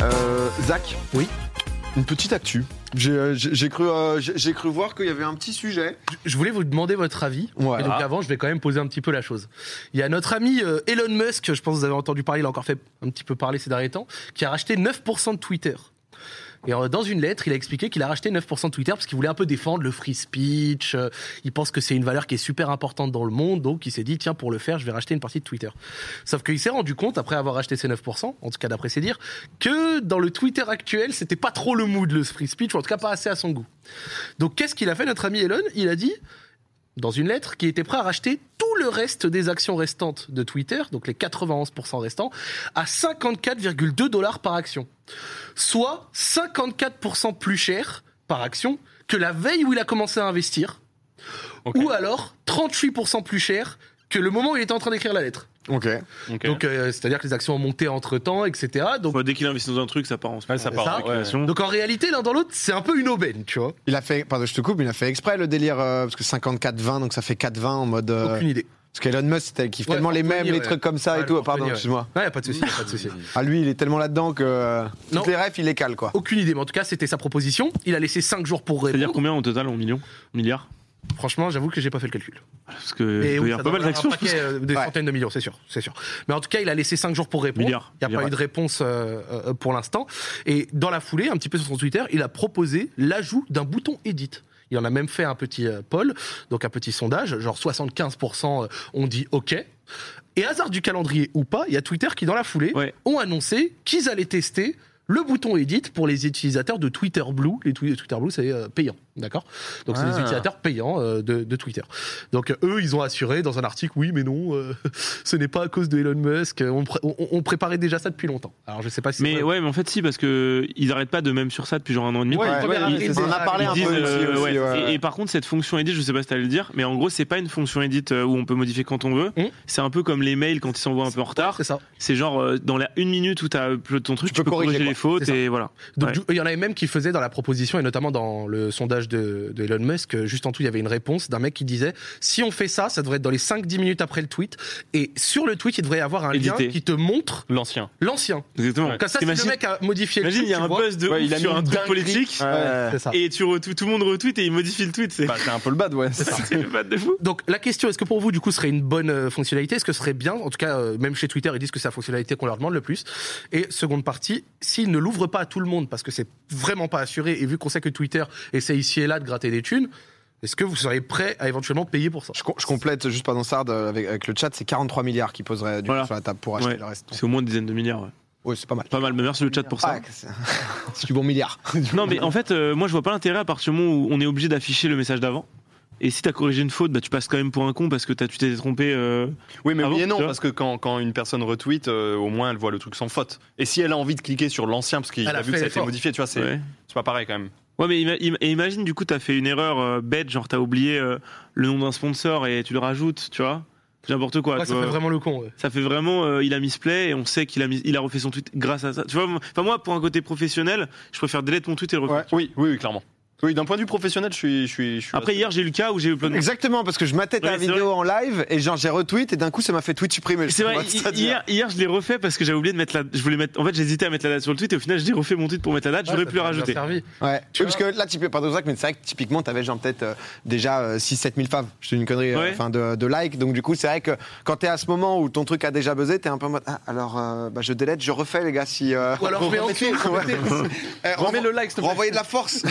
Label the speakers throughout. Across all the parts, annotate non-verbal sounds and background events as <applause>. Speaker 1: Euh, Zach
Speaker 2: Oui.
Speaker 1: Une petite actu. J'ai euh, j'ai- j'ai cru, euh, j'ai- j'ai cru voir qu'il y avait un petit sujet.
Speaker 2: Je voulais vous demander votre avis.
Speaker 1: Voilà.
Speaker 2: Et donc avant, je vais quand même poser un petit peu la chose. Il y a notre ami euh, Elon Musk, je pense que vous avez entendu parler, il a encore fait un petit peu parler ces derniers temps, qui a racheté 9% de Twitter. Et euh, dans une lettre, il a expliqué qu'il a racheté 9% de Twitter parce qu'il voulait un peu défendre le free speech. euh, Il pense que c'est une valeur qui est super importante dans le monde. Donc il s'est dit, tiens, pour le faire, je vais racheter une partie de Twitter. Sauf qu'il s'est rendu compte, après avoir racheté ses 9%, en tout cas d'après ses dires, que dans le Twitter actuel, c'était pas trop le mood, le free speech, ou en tout cas pas assez à son goût. Donc qu'est-ce qu'il a fait, notre ami Elon Il a dit, dans une lettre, qu'il était prêt à racheter tout le reste des actions restantes de Twitter, donc les 91% restants, à 54,2 dollars par action. Soit 54% plus cher par action que la veille où il a commencé à investir,
Speaker 3: Ok.
Speaker 2: ou alors 38% plus cher que le moment où il était en train d'écrire la lettre.
Speaker 1: Ok.
Speaker 3: Ok.
Speaker 2: Donc euh, c'est-à-dire que les actions ont monté entre-temps, etc. Donc,
Speaker 4: Faut- dès qu'il investit dans un truc, ça part en
Speaker 3: Ouais, ça
Speaker 2: C'est
Speaker 3: part en
Speaker 2: ça.
Speaker 3: récupération.
Speaker 2: donc en réalité, l'un dans l'autre, c'est un peu une aubaine, tu vois.
Speaker 1: Il a fait, pardon, je te coupe, il a fait exprès le délire, euh, parce que 54-20, donc ça fait 4-20 en mode. euh,
Speaker 2: Aucune idée.
Speaker 1: parce qu'Elon Musk, c'était- il kiffe
Speaker 2: Ouais,
Speaker 1: tellement les
Speaker 2: Anthony,
Speaker 1: mêmes, les
Speaker 2: ouais.
Speaker 1: trucs comme ça
Speaker 2: Ouais,
Speaker 1: et tout.
Speaker 2: le
Speaker 1: Ah, Pardon,
Speaker 2: Anthony, ouais.
Speaker 1: excuse-moi.
Speaker 2: Ouais, y a pas de souci, y a pas de souci.
Speaker 1: Ah, lui, il est tellement là-dedans que. euh,
Speaker 2: Non.
Speaker 1: toutes les refs, il les cale, quoi.
Speaker 2: Aucune idée, mais en tout cas, c'était sa proposition. Il a laissé 5 jours pour
Speaker 3: C'est-à-dire
Speaker 2: répondre.
Speaker 3: combien en total en millions Milliards
Speaker 2: Franchement, j'avoue que j'ai pas fait le calcul.
Speaker 3: Parce que il
Speaker 2: Mais
Speaker 3: peut
Speaker 2: oui,
Speaker 3: y a
Speaker 2: ça
Speaker 3: pas
Speaker 2: doit
Speaker 3: mal
Speaker 2: avoir
Speaker 3: d'actions.
Speaker 2: un paquet, euh, des
Speaker 1: Ouais.
Speaker 2: centaines de millions, c'est sûr, c'est sûr. Mais en tout cas, il a laissé 5 jours pour répondre.
Speaker 3: Milliards,
Speaker 2: Il n'y a pas
Speaker 3: milliards.
Speaker 2: eu de réponse euh, euh, pour l'instant. Et dans la foulée, un petit peu sur son Twitter, il a proposé l'ajout d'un bouton edit. Il en a même fait un petit euh, poll, donc un petit sondage, genre 75% euh, ont dit OK. Et hasard du calendrier ou pas, il y a Twitter qui, dans la foulée,
Speaker 3: Ouais.
Speaker 2: ont annoncé qu'ils allaient tester le bouton edit pour les utilisateurs de Twitter Blue. Les twi- Twitter Blue, c'est euh, payant, d'accord Donc c'est des
Speaker 4: Ah.
Speaker 2: utilisateurs payants euh, de, de Twitter. Donc euh, eux, ils ont assuré dans un article, oui, mais non, euh, <laughs> ce n'est pas à cause de Elon Musk. On, pré- on- on préparait déjà ça depuis longtemps. Alors je sais pas si. c'est
Speaker 3: Mais
Speaker 2: vrai.
Speaker 3: ouais, mais en fait si parce que ils arrêtent pas de même sur ça depuis genre un an et demi.
Speaker 2: Ouais,
Speaker 3: Ils-
Speaker 2: ouais,
Speaker 3: ils-
Speaker 2: ouais,
Speaker 1: on en a parlé
Speaker 3: ils
Speaker 1: un peu
Speaker 3: disent,
Speaker 1: aussi,
Speaker 3: euh,
Speaker 1: aussi,
Speaker 3: ouais.
Speaker 1: ouais.
Speaker 3: Et, et par contre cette fonction edit, je sais pas si t'allais le dire, mais en gros c'est pas une fonction edit euh, où on peut modifier quand on veut.
Speaker 2: Hum.
Speaker 3: C'est un peu comme les mails quand ils s'envoient un peu en retard.
Speaker 2: c'est ça.
Speaker 3: C'est genre euh, dans la une minute où t'as upload ton truc, tu, peux corriger, les fautes
Speaker 2: C'est ça.
Speaker 3: et voilà.
Speaker 2: Donc
Speaker 3: Ouais.
Speaker 2: du- il y en avait même qui faisaient dans la proposition et notamment dans le sondage de, de Elon Musk, euh, juste en tout il y avait une réponse d'un mec qui disait si on fait ça, ça devrait être dans les 5-10 minutes après le tweet et sur le tweet il devrait y avoir un
Speaker 3: Édité.
Speaker 2: lien qui te montre
Speaker 5: L'ancien.
Speaker 2: l'ancien.
Speaker 3: Exactement.
Speaker 2: Comme ça si
Speaker 3: T'imagines-
Speaker 2: le mec a modifié le
Speaker 3: Imagine,
Speaker 2: tweet,
Speaker 3: il y a
Speaker 2: tu
Speaker 3: un
Speaker 2: vois.
Speaker 3: buzz de
Speaker 5: Ouais,
Speaker 3: ouf
Speaker 5: il a mis
Speaker 3: sur un
Speaker 5: une
Speaker 3: truc
Speaker 5: dinguerie.
Speaker 3: politique
Speaker 5: Ouais.
Speaker 2: C'est ça.
Speaker 3: et tu re- tout, tout le monde retweet et il modifie le tweet. C'est
Speaker 5: Bah, c'est un peu le bad, ouais.
Speaker 3: c'est le bad de fou.
Speaker 2: Donc la question, est-ce que pour vous du coup ce serait une bonne euh, fonctionnalité Est-ce que ce serait bien En tout cas, euh, même chez Twitter, ils disent que c'est la fonctionnalité qu'on leur demande le plus. Et seconde partie, s'ils ne l'ouvrent pas à tout le monde parce que c'est vraiment pas assuré et vu qu'on sait que Twitter essaie ici et là de gratter des thunes, est-ce que vous seriez prêt à éventuellement payer pour ça
Speaker 1: Je, com- je complète juste pendant Sard euh, avec, avec le chat, c'est 43 milliards qui poserait du coup
Speaker 3: Voilà.
Speaker 1: sur la table pour acheter
Speaker 3: Ouais.
Speaker 1: le reste.
Speaker 3: C'est au moins une dizaine de milliards. ouais.
Speaker 1: Oui, c'est pas mal.
Speaker 3: Pas mal, mais merci le chat pour ça.
Speaker 1: Ah, c'est <laughs> c'est du bon milliard.
Speaker 3: Non, mais en fait, euh, moi, je vois pas l'intérêt à partir du moment où on est obligé d'afficher le message d'avant. Et si t'as corrigé une faute, bah, tu passes quand même pour un con parce que t'as- tu t'es trompé. euh,
Speaker 5: Oui, mais
Speaker 3: Ah
Speaker 5: oui
Speaker 3: bon,
Speaker 5: et non,
Speaker 3: tu vois
Speaker 5: parce que quand, quand une personne retweet, euh, au moins elle voit le truc sans faute. Et si elle a envie de cliquer sur l'ancien, parce qu'il
Speaker 2: Elle
Speaker 5: a
Speaker 2: a
Speaker 5: vu
Speaker 2: fait
Speaker 5: que ça a été
Speaker 2: l'effort.
Speaker 5: modifié, tu vois, c'est
Speaker 3: Ouais.
Speaker 5: c'est pas pareil quand même.
Speaker 3: Ouais, mais ima- im- et imagine, du coup, t'as fait une erreur euh, bête, genre t'as oublié euh, le nom d'un sponsor et tu le rajoutes, tu vois. N'importe quoi.
Speaker 2: Ouais,
Speaker 3: tu
Speaker 2: ça fait
Speaker 3: vois.
Speaker 2: vraiment le con. ouais.
Speaker 3: Ça fait vraiment, euh, il a misplay et on sait qu'il a, mis- il a refait son tweet grâce à ça. Tu vois, moi- enfin, moi, pour un côté professionnel, je préfère delete mon tweet et le refaire.
Speaker 1: Ouais.
Speaker 5: Oui, oui, oui, clairement. Oui, d'un point de vue professionnel, je suis. Je suis, je suis
Speaker 3: Après, hier, j'ai eu le cas où j'ai eu plein
Speaker 1: <laughs>
Speaker 3: de.
Speaker 1: Exactement, parce que je m'attais ta
Speaker 3: Ouais, c'est
Speaker 1: vidéo en live et genre j'ai retweet et d'un coup ça m'a fait tweet supprimé.
Speaker 3: C'est vrai,
Speaker 1: Je sais pas
Speaker 3: hi- hier, hier je l'ai refait parce que j'avais oublié de mettre la. Je voulais mettre. En fait, j'hésitais à mettre la date sur le tweet et au final, j'ai refait mon tweet pour mettre la date. J'aurais
Speaker 2: Ouais, ça
Speaker 3: pu le
Speaker 2: t'a
Speaker 3: rajouter.
Speaker 2: bien servi.
Speaker 1: Ouais. Oui, parce que là, typi- pardon, Zach, mais c'est vrai que typiquement, t'avais genre peut-être euh, déjà 6-7 000 femmes. Je te dis une connerie, euh,
Speaker 3: Ouais.
Speaker 1: enfin de, de likes. Donc du coup, c'est vrai que quand t'es à ce moment où ton truc a déjà buzzé, t'es un peu en mode ah, alors euh, bah, je délète, je refais les gars si. euh,
Speaker 2: Ou alors, je
Speaker 1: <laughs>
Speaker 2: mets en dessous, <laughs>
Speaker 1: remettez. Eh, renvo-
Speaker 5: le like, s'il te plaît.
Speaker 1: Renvoyez de la force.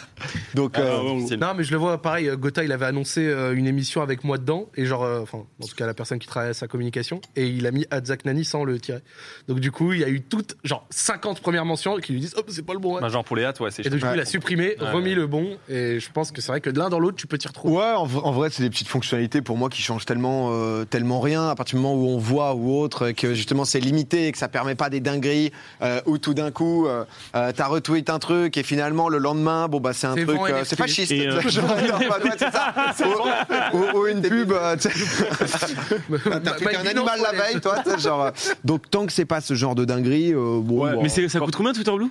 Speaker 1: <laughs> donc. euh,
Speaker 5: Ah, ouais, difficile.
Speaker 2: Non, mais je le vois pareil. euh, Gotha, il avait annoncé euh, une émission avec moi dedans, et genre, euh, enfin, en tout cas, la personne qui travaille à sa communication, et il a mis Adzak Nani sans le tirer. Donc, du coup, il y a eu toutes, genre, 50 premières mentions qui lui disent, hop, c'est pas le bon. hein.
Speaker 5: Bah, genre pour les hâtes, ouais, c'est
Speaker 2: Et donc, du coup, il a supprimé,
Speaker 5: Ouais,
Speaker 2: remis
Speaker 5: ouais.
Speaker 2: le bon, et je pense que c'est vrai que de l'un dans l'autre, tu peux t'y retrouver.
Speaker 1: Ouais, en, v- en vrai, c'est des petites fonctionnalités pour moi qui changent tellement, euh, tellement rien à partir du moment où on voit ou autre, et que justement c'est limité et que ça permet pas des dingueries euh, où tout d'un coup euh, euh, t'as retweet un truc et finalement le lendemain, bon bah c'est un
Speaker 2: C'est
Speaker 1: truc,
Speaker 2: vent
Speaker 1: euh,
Speaker 2: NFT.
Speaker 1: c'est fasciste. <laughs>
Speaker 3: Et, euh,
Speaker 1: Genre, non, bah, ouais, c'est
Speaker 3: <laughs>
Speaker 1: ça. ou, ou- ou une pub, euh, tu sais,
Speaker 2: <laughs>
Speaker 1: t'as
Speaker 2: Bah,
Speaker 1: fait un
Speaker 2: il dit non,
Speaker 1: animal la
Speaker 2: toilette.
Speaker 1: veille, toi, tu sais, genre. euh, Donc tant que c'est pas ce genre de dinguerie, euh, bon,
Speaker 5: Ouais,
Speaker 1: bah,
Speaker 3: Mais c'est- ça coûte combien Twitter Blue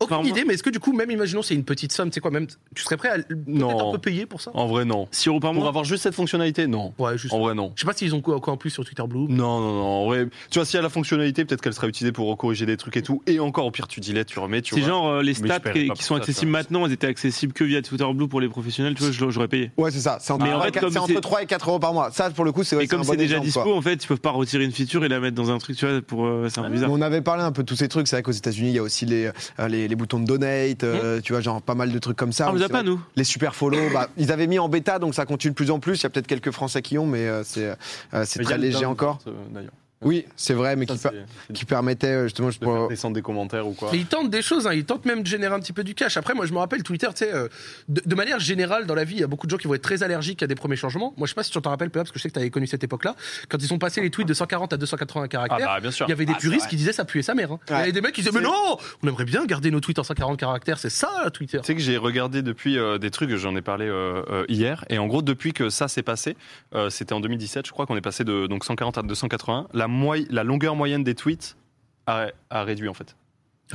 Speaker 2: Aucune
Speaker 3: Enfin, moi-
Speaker 2: idée, mais est-ce que du coup, même imaginons, c'est une petite somme, tu sais quoi, même tu serais prêt à peut-être
Speaker 5: Non.
Speaker 2: un peu payer pour ça
Speaker 5: En vrai, non.
Speaker 3: 6 euros par
Speaker 5: Pour
Speaker 3: mois
Speaker 5: avoir juste cette fonctionnalité, non.
Speaker 2: Ouais, juste.
Speaker 5: En vrai, non.
Speaker 2: Je sais pas s'ils ont quoi, quoi en plus sur Twitter Blue.
Speaker 5: Non, non, non. En vrai, tu vois, si elle a la fonctionnalité, peut-être qu'elle sera utilisée pour corriger des trucs et tout. Et encore, au pire, tu dis tu remets, tu
Speaker 3: C'est
Speaker 5: vois.
Speaker 3: genre euh, les
Speaker 5: je
Speaker 3: stats
Speaker 5: paierais
Speaker 3: qui,
Speaker 5: pas
Speaker 3: qui
Speaker 5: pour
Speaker 3: sont
Speaker 5: ça,
Speaker 3: accessibles
Speaker 5: ça.
Speaker 3: maintenant, elles étaient accessibles que via Twitter Blue pour les professionnels, tu vois, je- j'aurais payé.
Speaker 1: Ouais, c'est ça. C'est entre,
Speaker 3: Mais en
Speaker 1: trois et
Speaker 3: fait,
Speaker 1: quatre-
Speaker 3: comme
Speaker 1: c'est entre
Speaker 3: c'est-
Speaker 1: 3 et 4 euros par mois. Ça, pour le coup, c'est ouais,
Speaker 3: et comme
Speaker 1: un
Speaker 3: c'est
Speaker 1: bon
Speaker 3: déjà
Speaker 1: exemple,
Speaker 3: dispo,
Speaker 1: quoi.
Speaker 3: en fait, ils peuvent pas retirer une feature et la mettre dans un truc, tu vois, pour euh,
Speaker 5: Ah,
Speaker 3: c'est un peu bizarre.
Speaker 1: On avait parlé un peu de tous ces trucs. C'est vrai qu'aux États-Unis, il y a aussi les, euh, les, les boutons de donate, euh, tu vois, genre pas mal de trucs comme ça.
Speaker 3: Mmh. Ah, on
Speaker 1: où
Speaker 3: les a
Speaker 1: c'est
Speaker 3: pas
Speaker 1: vrai
Speaker 3: nous.
Speaker 1: Les super follow, bah, ils avaient mis en bêta, donc ça continue de plus en plus. Il y a peut-être quelques Français qui ont, mais euh, c'est euh, c'est
Speaker 5: Mais
Speaker 1: très
Speaker 5: Yann
Speaker 1: léger
Speaker 5: Dom,
Speaker 1: encore.
Speaker 5: euh, D'ailleurs.
Speaker 1: Oui, c'est vrai, mais
Speaker 5: Ça,
Speaker 1: qui, per-
Speaker 5: c'est- c'est
Speaker 1: qui permettait euh, justement. Je
Speaker 5: de faire
Speaker 1: pourrais-
Speaker 5: descendre des commentaires ou quoi.
Speaker 2: Mais ils tentent des choses, hein. ils tentent même de générer un petit peu du cash. Après, moi, je me rappelle Twitter, tu sais, euh, de, de manière générale, dans la vie, il y a beaucoup de gens qui vont être très allergiques à des premiers changements. Moi, je sais pas si tu t'en rappelles, Péa, parce que je sais que tu avais connu cette époque-là. Quand ils ont passé les tweets de 140 à 280
Speaker 5: Ah,
Speaker 2: caractères,
Speaker 5: bah, bien sûr.
Speaker 2: il y avait des
Speaker 1: Ah, c'est
Speaker 2: puristes
Speaker 1: vrai.
Speaker 2: qui disaient ça puait sa mère. hein. Il y
Speaker 1: Ouais.
Speaker 2: avait des mecs qui disaient, mais
Speaker 1: C'est-
Speaker 2: non, on aimerait bien garder nos tweets en 140 caractères, c'est ça, la Twitter.
Speaker 5: Tu sais que j'ai regardé depuis euh, des trucs, j'en ai parlé euh, euh, hier, et en gros, depuis que ça s'est passé, euh, c'était en 2017, je crois qu'on est passé de donc 140 à 280, la, moy- la longueur moyenne des tweets a, a réduit en fait.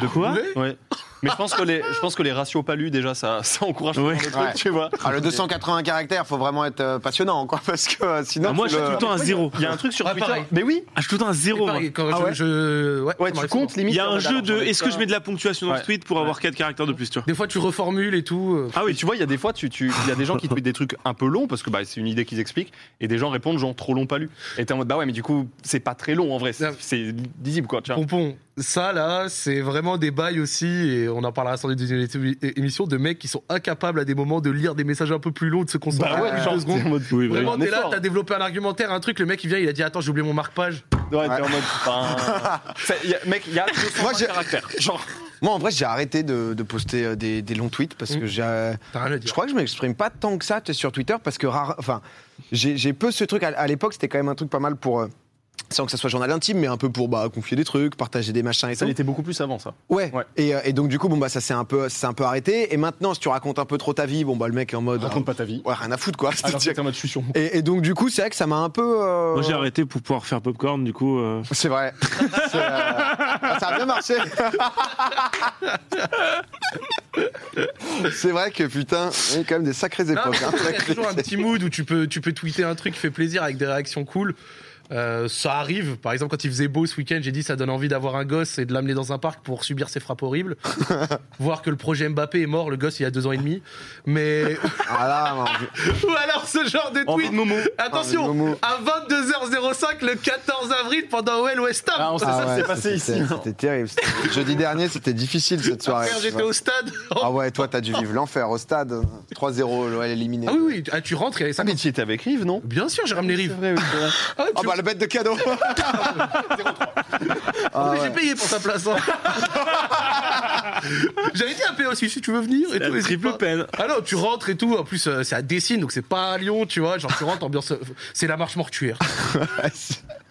Speaker 3: De quoi
Speaker 2: Ouais.
Speaker 5: Ouais. Mais je pense que les, je pense que les ratios palus, déjà, ça, ça encourage pas
Speaker 3: Ouais.
Speaker 5: mal de trucs,
Speaker 1: Ouais.
Speaker 5: tu vois.
Speaker 1: Ah, le 280 caractères, faut vraiment être euh, passionnant, quoi, <laughs> parce que euh, sinon.
Speaker 3: Ah, moi, je
Speaker 1: tu
Speaker 3: suis
Speaker 1: le-
Speaker 3: tout le temps à zéro.
Speaker 5: Il y a un truc sur
Speaker 2: Ouais,
Speaker 5: Twitter.
Speaker 2: pareil.
Speaker 5: Mais oui,
Speaker 3: Ah, je suis tout le temps à
Speaker 2: Et
Speaker 3: zéro. moi.
Speaker 2: pareil, quand
Speaker 1: Ah
Speaker 2: je-
Speaker 1: ouais
Speaker 2: je- ouais, ça
Speaker 5: ouais,
Speaker 2: me
Speaker 5: tu
Speaker 2: reste
Speaker 5: comptes
Speaker 2: souvent.
Speaker 5: limite.
Speaker 3: Il y a un
Speaker 5: sur-
Speaker 3: jeu de est-ce que je mets de la ponctuation dans
Speaker 5: Ouais.
Speaker 3: ce tweet pour avoir 4 caractères de plus, tu vois.
Speaker 2: Des fois, tu reformules et tout. euh,
Speaker 5: Ah oui, tu vois, il y a des fois, tu, tu, il y a des gens qui tweetent des trucs un peu longs parce que bah, c'est une idée qu'ils expliquent, et des gens répondent genre trop long pas lu. Et t'es en mode bah ouais, mais du coup, c'est pas très long en vrai, c'est c'est lisible quoi. Tu vois.
Speaker 2: Pompon, ça là, c'est vraiment des bails aussi, et on en parlera sans doute dans une éti- é- émission, de mecs qui sont incapables à des moments de lire des messages un peu plus longs, de se concentrer
Speaker 5: Bah ouais,
Speaker 2: plus
Speaker 5: genre,
Speaker 2: deux secondes.
Speaker 5: t'es en mode,
Speaker 3: Oui,
Speaker 2: Vraiment,
Speaker 5: un
Speaker 2: t'es là,
Speaker 5: effort.
Speaker 2: t'as développé un argumentaire, un truc, le mec il vient, il a dit Attends, j'ai oublié mon marque-page.
Speaker 5: Ouais, t'es en
Speaker 1: <laughs>
Speaker 5: mode. Enfin, c'est- y a- mec, il y a
Speaker 1: Moi,
Speaker 5: 200
Speaker 1: j'ai-
Speaker 5: caractères.
Speaker 1: <laughs>
Speaker 5: Genre,
Speaker 1: Moi, en vrai, j'ai arrêté de, de poster euh, des, des longs tweets
Speaker 3: Mmh.
Speaker 1: parce que j'ai.
Speaker 2: T'as rien à dire.
Speaker 1: Je crois que je m'exprime pas tant que ça tu sais, sur Twitter parce que rare, enfin, j'ai j'ai peu ce truc. À, à l'époque, c'était quand même un truc pas mal pour. euh, sans que ça soit journal intime, mais un peu pour bah, confier des trucs, partager des machins et
Speaker 5: ça
Speaker 1: tout.
Speaker 5: l'était beaucoup plus avant ça.
Speaker 1: Ouais.
Speaker 5: Ouais.
Speaker 1: Et, euh, et donc du coup, bon bah ça s'est un peu, ça s'est un peu arrêté. Et maintenant, si tu racontes un peu trop ta vie, bon bah le mec est en mode,
Speaker 5: Ah, Raconte Ah, pas ta vie.
Speaker 1: <laughs> euh, ouais, rien à foutre quoi.
Speaker 5: Alors que t'es en mode je suis sur mon.
Speaker 1: <laughs> et, et donc du coup, c'est vrai que ça m'a un peu. euh,
Speaker 3: Moi, j'ai arrêté pour pouvoir faire popcorn, du coup. euh,
Speaker 1: C'est vrai. C'est, euh, ah, ça a bien marché. c'est vrai que putain, il y a quand même des sacrées
Speaker 2: Non, mais
Speaker 1: époques. hein.
Speaker 2: il y a toujours un petit mood où tu peux, tu peux tweeter un truc qui fait plaisir avec des réactions cool. Euh, ça arrive, par exemple, quand il faisait beau ce week-end, j'ai dit ça donne envie d'avoir un gosse et de l'amener dans un parc pour subir ses frappes horribles. Voir que le projet Mbappé est mort, le gosse il y a deux ans et demi. Mais.
Speaker 1: Ah là, mon-
Speaker 2: Ou alors ce genre de
Speaker 5: Envie
Speaker 2: tweet.
Speaker 5: de Momo.
Speaker 1: Ah, mais
Speaker 2: Attention,
Speaker 1: Momo.
Speaker 2: à 22h05 le 14 avril pendant OL West Ham.
Speaker 5: Ah, on sait
Speaker 1: Ah
Speaker 5: ça
Speaker 1: ouais,
Speaker 5: s'est passé
Speaker 1: c'était-
Speaker 5: ici.
Speaker 1: C'était terrible. C'était- Jeudi dernier, c'était difficile cette soirée.
Speaker 2: Frère,
Speaker 1: tu
Speaker 2: j'étais
Speaker 1: vois.
Speaker 2: au stade.
Speaker 1: Ah ouais, toi, t'as dû vivre l'enfer au stade. 3-0, l'OL éliminé.
Speaker 2: Ah oui, oui, ah, tu rentres, il y avait
Speaker 5: Ah,
Speaker 2: 50.
Speaker 5: mais tu étais avec Rive, non
Speaker 2: Bien sûr, j'ai ramené Rive.
Speaker 5: vrai, oui, c'est vrai.
Speaker 2: <laughs> Ah,
Speaker 1: Ah
Speaker 2: tu-
Speaker 1: bah le bête de
Speaker 2: <laughs>
Speaker 1: cadeau
Speaker 2: en
Speaker 1: Ah
Speaker 2: plus,
Speaker 1: ouais.
Speaker 2: J'ai payé pour ta place.
Speaker 5: <laughs>
Speaker 2: hein. J'avais dit à P aussi si tu veux venir et
Speaker 3: la
Speaker 2: tout. n'hésite
Speaker 3: triple
Speaker 2: pas.
Speaker 3: peine.
Speaker 2: Ah non, tu rentres et tout. En plus, euh, c'est à Dessine, donc c'est pas à Lyon, tu vois. Genre, tu rentres, ambiance. euh, C'est la marche mortuaire.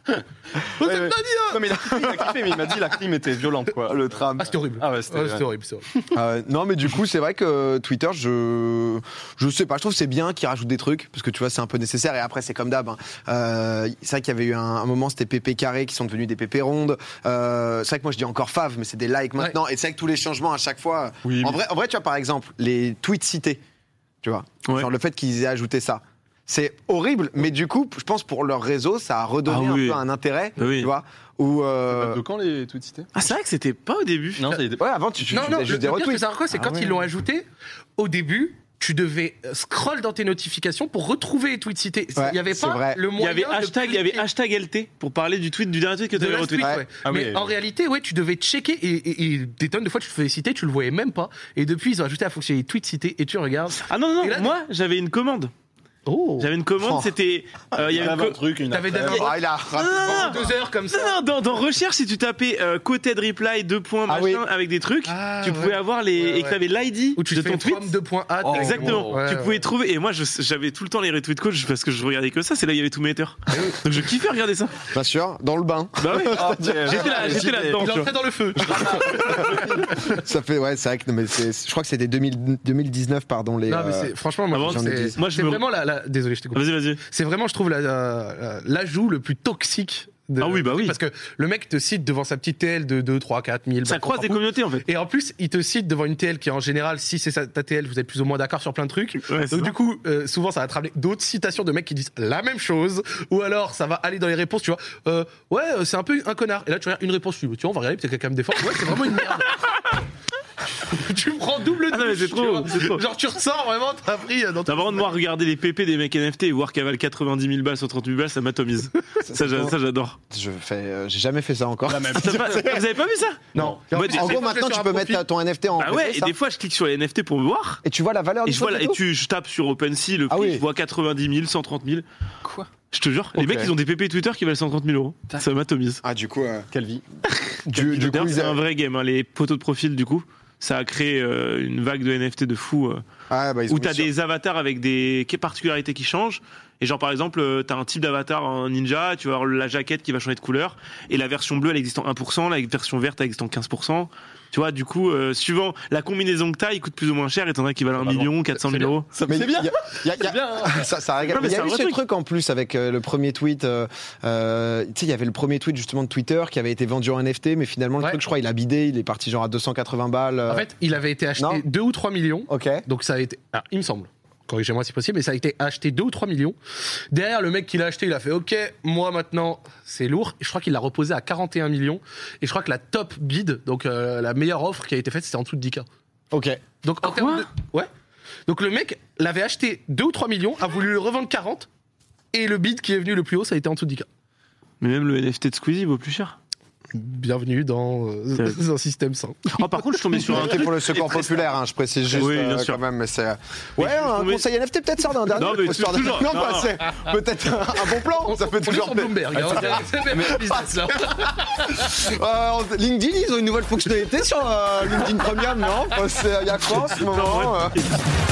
Speaker 2: On t'a
Speaker 5: ouais.
Speaker 2: pas dit, hein
Speaker 5: Non, mais il a, il a kiffé, mais il m'a dit la clim était violente quoi.
Speaker 1: Le tram.
Speaker 2: Ah, c'était horrible.
Speaker 5: Ah ouais, c'était-
Speaker 2: Ah, c'était horrible, c'est horrible.
Speaker 1: Euh, non, mais du coup, c'est vrai que euh, Twitter, je je sais pas, je trouve que c'est bien qu'ils rajoutent des trucs parce que tu vois, c'est un peu nécessaire. Et après, c'est comme d'hab. hein. Euh, c'est vrai qu'il y avait eu un, un moment, c'était PP carré qui sont devenus des PP rondes. Euh, c'est vrai que moi, je dis encore fav, mais c'est des likes maintenant. Et c'est vrai que tous les changements à chaque fois.
Speaker 5: Oui,
Speaker 1: en,
Speaker 5: mais-
Speaker 1: vrai, en vrai, tu vois, par exemple, les tweets cités, tu vois,
Speaker 3: Ouais.
Speaker 1: genre le fait qu'ils aient ajouté ça. C'est horrible, mais du coup, je pense pour leur réseau, ça a redonné
Speaker 3: Ah oui.
Speaker 1: un peu un intérêt,
Speaker 3: Ah oui.
Speaker 1: tu vois. Ou euh,
Speaker 5: De quand les tweets cités
Speaker 3: Ah, c'est vrai que c'était pas au début.
Speaker 5: Non, c'est
Speaker 1: ouais, avant tu, tu
Speaker 2: Non,
Speaker 1: faisais
Speaker 2: non, le,
Speaker 1: juste des
Speaker 2: le pire que
Speaker 1: retweets.
Speaker 2: ça raconte, c'est
Speaker 1: Ah
Speaker 2: quand
Speaker 1: ouais.
Speaker 2: ils l'ont ajouté, au début, tu devais euh, scroll dans tes notifications pour retrouver les tweets cités.
Speaker 1: Ouais,
Speaker 2: il n'y avait
Speaker 1: c'est
Speaker 2: pas
Speaker 1: vrai.
Speaker 2: le
Speaker 3: Il y
Speaker 2: moyen
Speaker 3: avait
Speaker 2: de
Speaker 3: hashtag, il y avait
Speaker 2: cliquer
Speaker 3: hashtag LT pour parler du tweet du dernier tweet que
Speaker 2: de
Speaker 3: tu avais
Speaker 2: last
Speaker 3: retweet.
Speaker 2: tweet,
Speaker 1: Ouais.
Speaker 2: ouais.
Speaker 5: Ah
Speaker 2: mais
Speaker 5: oui.
Speaker 2: en réalité, ouais, tu devais checker et, et- et des tonnes de fois tu te faisais citer, tu le voyais même pas. Et depuis, ils ont ajouté la fonctionnalité tweets cités et tu regardes.
Speaker 3: Ah non, non,
Speaker 2: Et
Speaker 3: non,
Speaker 2: là,
Speaker 3: moi j'avais une commande.
Speaker 2: Oh
Speaker 3: J'avais une commande,
Speaker 1: Oh.
Speaker 3: c'était. euh, il y avait une co-
Speaker 5: truc, une
Speaker 2: T'avais
Speaker 5: affaire.
Speaker 2: David-
Speaker 1: Ah, il a
Speaker 3: Ah,
Speaker 2: Deux heures comme ça.
Speaker 3: Non, non, dans, dans recherche, si tu tapais euh, côté de reply, deux points,
Speaker 1: Ah
Speaker 3: machin,
Speaker 1: oui.
Speaker 3: avec des trucs,
Speaker 2: Ah,
Speaker 3: tu
Speaker 2: ouais.
Speaker 3: pouvais avoir les.
Speaker 2: Ouais,
Speaker 3: et que
Speaker 2: ouais.
Speaker 3: t'avais l'ID
Speaker 2: Ou tu
Speaker 3: de
Speaker 2: fais
Speaker 3: ton tweet.
Speaker 2: from deux points at.
Speaker 5: Oh,
Speaker 3: Exactement.
Speaker 2: Ouais,
Speaker 3: tu
Speaker 2: ouais.
Speaker 3: pouvais trouver. Et moi, je- j'avais tout le temps les retweets coach parce que je regardais que ça. C'est là où il y avait tous mes haters.
Speaker 2: Ah,
Speaker 3: Donc je kiffais regarder ça.
Speaker 1: Bien sûr, dans le bain. <laughs>
Speaker 2: <laughs>
Speaker 3: Bah ouais.
Speaker 5: <laughs> Ah, t'es-
Speaker 3: J'étais là,
Speaker 5: les
Speaker 3: j'étais
Speaker 5: cités.
Speaker 3: là-dedans.
Speaker 2: Il
Speaker 3: tu vois.
Speaker 2: entrait dans le feu.
Speaker 1: Ça fait, ouais, c'est vrai que, non, mais c'est- je crois que c'était 2000 2019, pardon, les.
Speaker 2: Non, mais
Speaker 1: euh,
Speaker 2: c'est- franchement, moi,
Speaker 3: Ah bon,
Speaker 2: je trouve
Speaker 1: j'en ai
Speaker 2: que
Speaker 1: dix.
Speaker 2: c'est
Speaker 3: Moi, je
Speaker 2: c'est
Speaker 3: me-
Speaker 2: vraiment la, la- Désolé, je t'ai coupé.
Speaker 3: Vas-y, vas-y.
Speaker 2: C'est vraiment, je trouve, la- la- la- l'ajout le plus toxique de-
Speaker 3: Ah oui, bah oui.
Speaker 2: Parce que le mec te cite devant sa petite TL de 2, 3, 4 000.
Speaker 3: Ça
Speaker 2: bah,
Speaker 3: croise
Speaker 2: on s'en
Speaker 3: des
Speaker 2: fout.
Speaker 3: communautés en fait.
Speaker 2: Et en plus, il te cite devant une TL qui, en général, si c'est sa- ta TL, vous êtes plus ou moins d'accord sur plein de trucs.
Speaker 3: Ouais,
Speaker 2: Donc
Speaker 3: c'est ça.
Speaker 2: du coup, euh, souvent, ça va te ramener d'autres citations de mecs qui disent la même chose, ou alors ça va aller dans les réponses, tu vois. Euh, ouais, euh, c'est un peu un connard. Et là, tu regardes une réponse, tu dis, bah, tiens, on va regarder, peut-être quelqu'un me défend. Ouais, c'est vraiment une merde. <laughs> tu prends double
Speaker 3: Ah non, mais
Speaker 2: douche,
Speaker 3: c'est
Speaker 2: tu
Speaker 3: trop,
Speaker 2: vois.
Speaker 3: c'est trop.
Speaker 2: Genre, tu ressors vraiment, t'as pris euh, dans ton.
Speaker 3: T'as vraiment de voir regarder les PP des mecs NFT et voir qu'elle valent 90 000 balles sur 30 000 balles,
Speaker 1: <laughs>
Speaker 3: ça m'atomise. ça, j'a- ça, j'adore.
Speaker 1: Je fais, euh, j'ai jamais fait ça encore.
Speaker 3: <laughs> Ah,
Speaker 1: <laughs>
Speaker 3: t'as pas- vous avez pas vu ça
Speaker 2: Non.
Speaker 3: En
Speaker 2: Moi,
Speaker 3: mode-
Speaker 1: En
Speaker 2: j'ai-
Speaker 1: gros, maintenant,
Speaker 2: j'ai
Speaker 1: tu
Speaker 2: sur
Speaker 1: peux
Speaker 2: un
Speaker 1: mettre
Speaker 2: profil.
Speaker 1: ta- ton NFT en.
Speaker 3: Ah
Speaker 1: photo,
Speaker 3: ouais, et
Speaker 1: ça Ah,
Speaker 3: des fois je clique sur les NFT pour voir.
Speaker 1: Et tu vois la valeur
Speaker 3: Et
Speaker 1: du
Speaker 3: je, vois, la- et tu, je tape sur OpenSea, le prix,
Speaker 1: Ah oui.
Speaker 3: je vois 90 000, 130 000.
Speaker 4: Quoi
Speaker 3: Je te jure, les
Speaker 5: Ok.
Speaker 3: mecs ils ont des PP Twitter qui valent 130 000 euros.
Speaker 4: Putain.
Speaker 3: Ça m'atomise.
Speaker 1: Ah, du coup, euh,
Speaker 5: Quelle vie.
Speaker 1: du, du coup,
Speaker 3: D'ailleurs,
Speaker 1: ils-
Speaker 3: c'est un vrai game, hein, les poteaux de profil du coup. Ça a créé euh, une vague de NFT de fou. euh,
Speaker 1: ah, bah, ils ont
Speaker 3: où
Speaker 1: mis
Speaker 3: t'as
Speaker 1: sur-
Speaker 3: des avatars avec des qui- particularités qui changent. Et genre par exemple, euh, t'as un type d'avatar en ninja, tu vas avoir la jaquette qui va changer de couleur, et la version bleue elle existe en 1%, la version verte elle existe en 15%. Tu vois, du coup, euh, suivant la combinaison que t'as, il coûte plus ou moins cher, et t'en as qui valent 1
Speaker 5: Vraiment.
Speaker 3: million, 400 000 euros.
Speaker 1: Mais
Speaker 5: Ah, C'est bien.
Speaker 1: y a- y a- y a-
Speaker 2: hein.
Speaker 1: ça, ça régale.
Speaker 3: Non, mais
Speaker 1: Il y
Speaker 3: c'est
Speaker 1: a
Speaker 3: un
Speaker 1: eu
Speaker 3: vrai
Speaker 1: ce
Speaker 3: truc.
Speaker 1: truc en plus avec euh, le premier tweet. euh, euh, tu sais, il y avait le premier tweet justement de Twitter qui avait été vendu en NFT, mais finalement, le
Speaker 2: Ouais.
Speaker 1: truc, je crois, il a bidé. Il est parti genre à 280 balles. euh,
Speaker 2: En fait, il avait été acheté
Speaker 1: Non.
Speaker 2: 2 ou 3 millions.
Speaker 1: ok.
Speaker 2: Donc ça a été, ah, il me semble, corrigez-moi si possible, mais ça a été acheté 2 ou 3 millions. Derrière, le mec qui l'a acheté, il a fait OK, moi maintenant, c'est lourd. Et je crois qu'il l'a reposé à 41 millions. Et je crois que la top bid, donc euh, la meilleure offre qui a été faite, c'était en dessous de 10K.
Speaker 1: Ok.
Speaker 2: Donc en termes de. Ouais. Donc le mec l'avait acheté 2 ou 3 millions, a voulu le revendre 40. Et le bid qui est venu le plus haut, ça a été en dessous de 10K.
Speaker 3: Mais même le NFT de Squeezie vaut plus cher.
Speaker 2: Bienvenue dans euh, <laughs>
Speaker 3: C'est-
Speaker 2: un système sain.
Speaker 3: Oh, par contre, je suis tombé
Speaker 5: <laughs>
Speaker 3: sur un
Speaker 1: NFT
Speaker 3: truc.
Speaker 1: pour le secours populaire, hein, je précise juste
Speaker 3: Oui, bien
Speaker 1: euh,
Speaker 3: sûr.
Speaker 1: quand même. Mais c'est... Ouais,
Speaker 3: je suis
Speaker 1: un
Speaker 3: tombé-
Speaker 1: conseil NFT peut-être sort d'un dernier.
Speaker 3: Non, mais
Speaker 1: faut
Speaker 3: tu-
Speaker 1: sortir-
Speaker 3: toujours.
Speaker 1: Non,
Speaker 3: Non,
Speaker 1: bah,
Speaker 3: non.
Speaker 1: c'est peut-être un, un bon plan. ça peut
Speaker 2: On est sur
Speaker 1: toujours.
Speaker 2: Bloomberg. hein. C'est le même business, là.
Speaker 1: Euh, LinkedIn,
Speaker 3: <laughs>
Speaker 1: ils ont une nouvelle fonctionnalité sur euh, LinkedIn Premium, non Il y a quoi en ce
Speaker 3: Non,
Speaker 1: moment
Speaker 3: ouais.
Speaker 1: euh